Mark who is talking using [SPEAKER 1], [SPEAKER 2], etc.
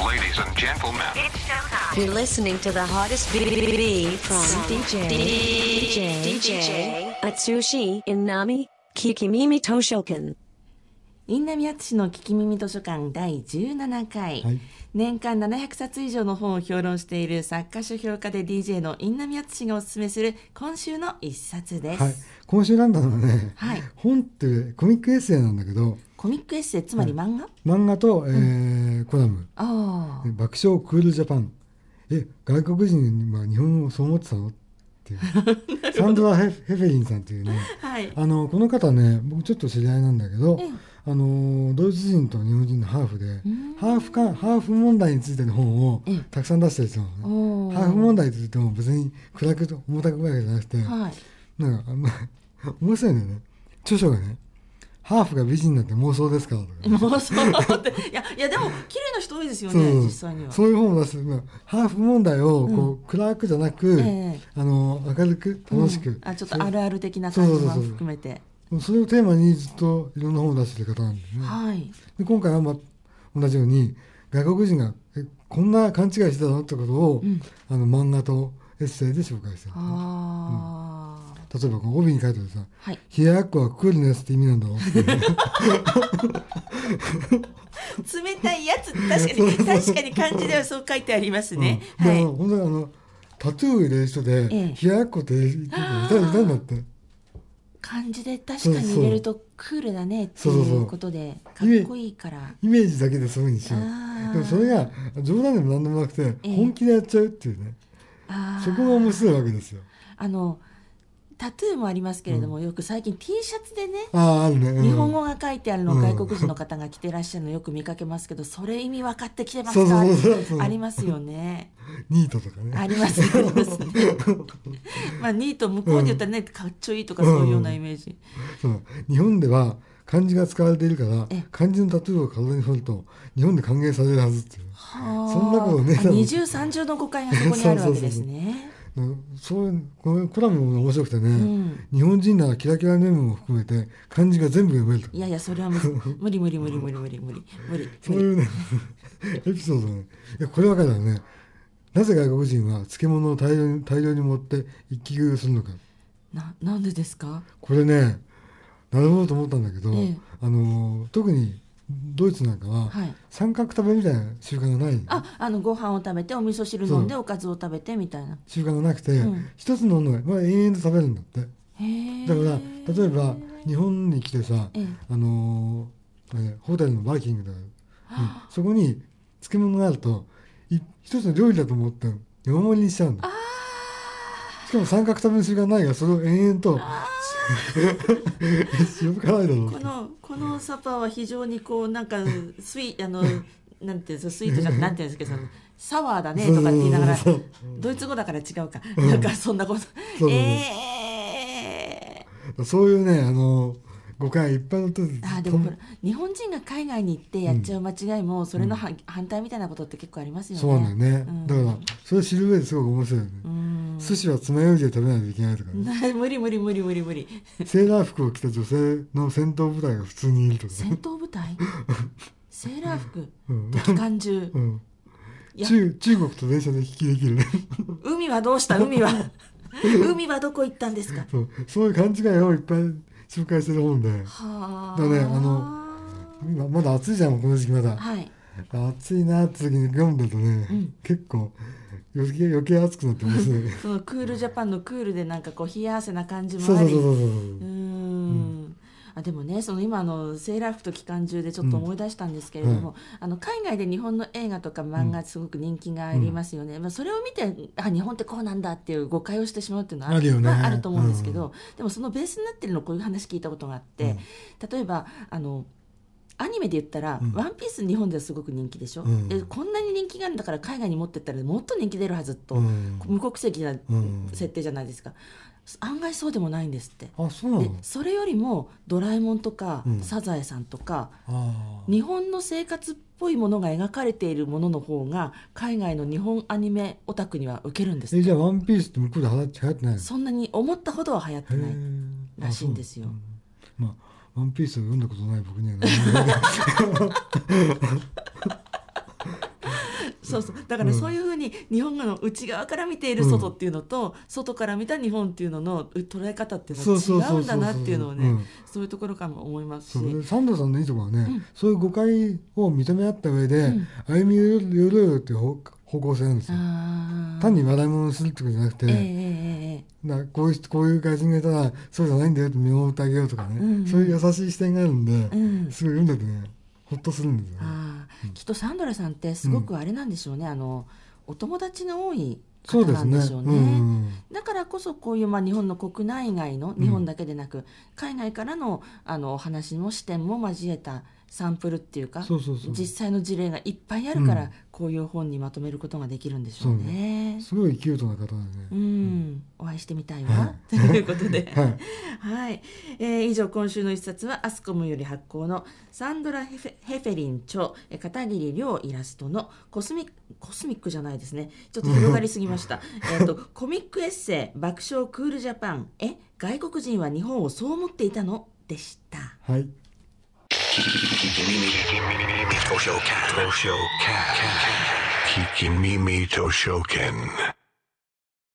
[SPEAKER 1] Ladies and gentlemen,
[SPEAKER 2] You're listening to the hottest BBB from DJ DJ DJ Atsushi Inami Kikimimi Toshokan.
[SPEAKER 3] 印南敦の聞き耳図書館第17回、
[SPEAKER 4] はい
[SPEAKER 3] 年間700冊以上の本を評論している作家書評家で DJ の印南敦がおすすめする今週の一冊です、
[SPEAKER 4] はい、今週選んだのはね、
[SPEAKER 3] はい
[SPEAKER 4] 本ってコミックエッセイなんだけど
[SPEAKER 3] コミックエッセイつまり漫画、
[SPEAKER 4] 漫画と、えーコラム
[SPEAKER 3] あ
[SPEAKER 4] 「爆笑クールジャパン」え外国人は日本をそう思ってたのっていう サンドラ・ヘフヘフェリンさんっていうね
[SPEAKER 3] あはい
[SPEAKER 4] あのこの方ね僕ちょっと知り合いなんだけど、あのドイツ人と日本人のハーフで、ハーフかハーフ問題についての本をたくさん出してる人なのね、
[SPEAKER 3] おー
[SPEAKER 4] ハーフ問題って言っても別に暗くと重たくわけじゃなくて、
[SPEAKER 3] はい
[SPEAKER 4] なんか、まあ、面白いんだよね。著書がね、ハーフが美人なんて妄想ですからとか、
[SPEAKER 3] もうそうって いやいやでも綺麗な人多いですよ
[SPEAKER 4] そ
[SPEAKER 3] ね
[SPEAKER 4] うそう
[SPEAKER 3] 実際には
[SPEAKER 4] そういう本を出す、まあ、ハーフ問題をこう、暗くじゃなく、
[SPEAKER 3] ええ
[SPEAKER 4] あの明るく楽しく、
[SPEAKER 3] あちょっとあるある的な感じも含めて
[SPEAKER 4] そそれをテーマにずっといろんな本を出してる方なんだよね。
[SPEAKER 3] はい
[SPEAKER 4] で今回は、まあ、同じように外国人がえこんな勘違いしてたのってことを、あの漫画とエッセイで紹介してる。
[SPEAKER 3] ああ、
[SPEAKER 4] 例えばこの帯に書いてあるさ
[SPEAKER 3] はい
[SPEAKER 4] 「冷ややっこはクールネスって意味なんだろう」っていうね
[SPEAKER 3] 冷たいやつ確かに 確かに漢字ではそう書いてありますね、
[SPEAKER 4] うんで
[SPEAKER 3] はい
[SPEAKER 4] あの本当にあのタトゥーを入れる人で
[SPEAKER 3] ええ
[SPEAKER 4] 冷ややっこって言ってる人いたいたんだって
[SPEAKER 3] 漢字で確かに入れるとクールだねって
[SPEAKER 4] そうそう
[SPEAKER 3] いうことでかっこいいから
[SPEAKER 4] イメージだけでそういうふうにしよ
[SPEAKER 3] あー
[SPEAKER 4] うでもそれが冗談でも何でもなくて
[SPEAKER 3] え
[SPEAKER 4] 本気でやっちゃうっていうね
[SPEAKER 3] あ
[SPEAKER 4] そこが
[SPEAKER 3] ー
[SPEAKER 4] 面白いわけですよ
[SPEAKER 3] あのタトゥーもありますけれども、よく最近 T シャツでね
[SPEAKER 4] あああるね、うん
[SPEAKER 3] 日本語が書いてあるのを
[SPEAKER 4] うん
[SPEAKER 3] 外国人の方が着てらっしゃるのよく見かけますけどそれ意味分かってきてます
[SPEAKER 4] そう
[SPEAKER 3] か
[SPEAKER 4] そうそうそう
[SPEAKER 3] ありますよね
[SPEAKER 4] ニートとかね
[SPEAKER 3] ありますあ りますねまあニート向こうで言ったらね、かっちょいいとかそういうようなイメージ、
[SPEAKER 4] そう日本では漢字が使われているから
[SPEAKER 3] え
[SPEAKER 4] 漢字のタトゥーを体に彫ると日本で歓迎されるはずっていう
[SPEAKER 3] あー
[SPEAKER 4] そんなことね
[SPEAKER 3] あ二重三重の誤解がそこにあるわけですね。
[SPEAKER 4] うんそういうこのコラムも面白くてね、
[SPEAKER 3] ん
[SPEAKER 4] 日本人ならキラキラネームも含めて漢字が全部読めると
[SPEAKER 3] いやいや、それは無 理無理無理無理無理無理無理
[SPEAKER 4] そう
[SPEAKER 3] 無理。
[SPEAKER 4] いうね、エピソードがね。いや、これわかるよね。なぜ外国人は漬物を大量に大量に持って一気食いをするのか。
[SPEAKER 3] な、なんでですか。
[SPEAKER 4] これね、なるほどと思ったんだけど、
[SPEAKER 3] ええ
[SPEAKER 4] あのー特にドイツなんかは、
[SPEAKER 3] はい
[SPEAKER 4] 三角食べみたいな習慣がない。
[SPEAKER 3] あ、あのご飯を食べて、お味噌汁飲んで、おかずを食べてみたいな。
[SPEAKER 4] 習慣がなくて、
[SPEAKER 3] うん
[SPEAKER 4] 一つのものが、まあ、延々と食べるんだって。
[SPEAKER 3] へえ。
[SPEAKER 4] だから、例えば、日本に来てさ、
[SPEAKER 3] ええ
[SPEAKER 4] あのーあれホテルのバイキングだよ、うんそこに漬物があると、い一つの料理だと思って、山盛りにしちゃうんだ。しかも三角食べの習慣ないが、それを延々と、 塩辛いだろう
[SPEAKER 3] こ。の、このサパは非常にこう、なん か、スイ、あの。なんていうんですかスイートじゃなくてなんていうんですけどそのサワーだねとかって言いながら
[SPEAKER 4] そうそう
[SPEAKER 3] ドイツ語だから違うかなんかそんなこ
[SPEAKER 4] そ
[SPEAKER 3] と
[SPEAKER 4] う
[SPEAKER 3] ええ
[SPEAKER 4] そういうね、あのー誤解いっぱいのと
[SPEAKER 3] あーでもほら日本人が海外に行ってやっちゃう間違いも、それのは、反対みたいなことって結構ありますよね。
[SPEAKER 4] そうなんだよね。
[SPEAKER 3] うん
[SPEAKER 4] だから、それを知る上ですごく面白いよね。
[SPEAKER 3] うん
[SPEAKER 4] 寿司は爪楊枝で食べないといけないとかね。
[SPEAKER 3] 無理無理無理無理無理
[SPEAKER 4] セーラー服を着た女性の戦闘部隊が普通にいるとかね
[SPEAKER 3] 戦闘部 隊セーラー服
[SPEAKER 4] うん
[SPEAKER 3] 敵艦銃
[SPEAKER 4] うん
[SPEAKER 3] いや
[SPEAKER 4] 中中国と電車で引きできる ね
[SPEAKER 3] 海はどうした海は海はどこ行ったんですか
[SPEAKER 4] そうそういう勘違いをいっぱい紹介してる本で
[SPEAKER 3] は
[SPEAKER 4] だねあの今まだ暑いじゃんこの時期まだ
[SPEAKER 3] はい
[SPEAKER 4] 暑いなって時に読んだとね、結構余計余計暑くなってますね
[SPEAKER 3] そのクールジャパンのクールでなんかこう冷や汗な感じも
[SPEAKER 4] そう
[SPEAKER 3] あ
[SPEAKER 4] そう
[SPEAKER 3] り
[SPEAKER 4] そうそうそ
[SPEAKER 3] う
[SPEAKER 4] う
[SPEAKER 3] ーんあでもねその今あのセーラー服と機関銃でちょっと思い出したんですけれども、あの海外で日本の映画とか漫画すごく人気がありますよね、まあ、それを見てあ日本ってこうなんだっていう誤解をしてしまうっていうのは
[SPEAKER 4] あるよね
[SPEAKER 3] まあ、あると思うんですけど、でもそのベースになってるのこういう話聞いたことがあって、例えばあのアニメで言ったら「ワンピース日本ではすごく人気でしょ、
[SPEAKER 4] うん
[SPEAKER 3] でこんなに人気があるんだから海外に持ってったらもっと人気出るはずと、
[SPEAKER 4] うん
[SPEAKER 3] 無国籍な
[SPEAKER 4] うん
[SPEAKER 3] 設定じゃないですか、案外そうでもないんですって。
[SPEAKER 4] あそうな
[SPEAKER 3] で
[SPEAKER 4] の
[SPEAKER 3] それよりも「ドラえもん」とか「
[SPEAKER 4] うん
[SPEAKER 3] サザエさん」とか、
[SPEAKER 4] あー
[SPEAKER 3] 日本の生活っぽいものが描かれているものの方が海外の日本アニメオタクには受けるんですっ
[SPEAKER 4] え
[SPEAKER 3] て
[SPEAKER 4] じゃあワンピースって向こうで流行って流行ってないの
[SPEAKER 3] そんなに思ったほどは流行ってない
[SPEAKER 4] へー
[SPEAKER 3] らしいんですよ
[SPEAKER 4] あそううんまあワンピースを読んだことない僕には何も言えない
[SPEAKER 3] そうそうだからそういうふうに日本の内側から見ている外っていうのと、外から見た日本っていうののう捉え方っていうのは違うんだなっていうのを
[SPEAKER 4] そうそうそうそうう
[SPEAKER 3] ね
[SPEAKER 4] ん
[SPEAKER 3] そういうところからも思いますし
[SPEAKER 4] そうでサンドさんのいいところはね、そういう誤解を認め合った上で、歩み寄ろうよっていう方方向性なんですよ
[SPEAKER 3] あー
[SPEAKER 4] 単に笑い物をするってことじゃなくて、
[SPEAKER 3] ええええええ
[SPEAKER 4] なこういう人こういう外人がいたらそうじゃないんだよって見守ってあげようとかね、
[SPEAKER 3] うんうん
[SPEAKER 4] そういう優しい視点があるんで、
[SPEAKER 3] ん
[SPEAKER 4] すごい読んでてねほっとするんですよね、
[SPEAKER 3] ああ、きっとサンドラさんってすごくあれなんでしょうね、あのお友達の多い
[SPEAKER 4] そ
[SPEAKER 3] 方
[SPEAKER 4] うで
[SPEAKER 3] な
[SPEAKER 4] す
[SPEAKER 3] ん
[SPEAKER 4] ね
[SPEAKER 3] でしょうね。
[SPEAKER 4] うん
[SPEAKER 3] だからこそこういう、まあ、日本の国内外の日本だけでなく、海外からのあのお話も視点も交えたサンプルっていうか
[SPEAKER 4] そうそうそう
[SPEAKER 3] 実際の事例がいっぱいあるから、
[SPEAKER 4] うん
[SPEAKER 3] こういう本にまとめることができるんでしょうね。
[SPEAKER 4] すごいキュートな方でね、
[SPEAKER 3] うん、お会いしてみたいわ、
[SPEAKER 4] は
[SPEAKER 3] ということで、
[SPEAKER 4] はい
[SPEAKER 3] はい、えー以上今週の一冊はアスコムより発行のサンドラ・ヘフェヘフェリン著えー片桐亮イラストのコスミックコスミックじゃないですねちょっと広がりすぎましたえっとコミックエッセイ爆笑クールジャパンえ外国人は日本をそう思っていたのでした
[SPEAKER 4] はい
[SPEAKER 1] Kikimimi Toshoken. Kikimimi Toshoken.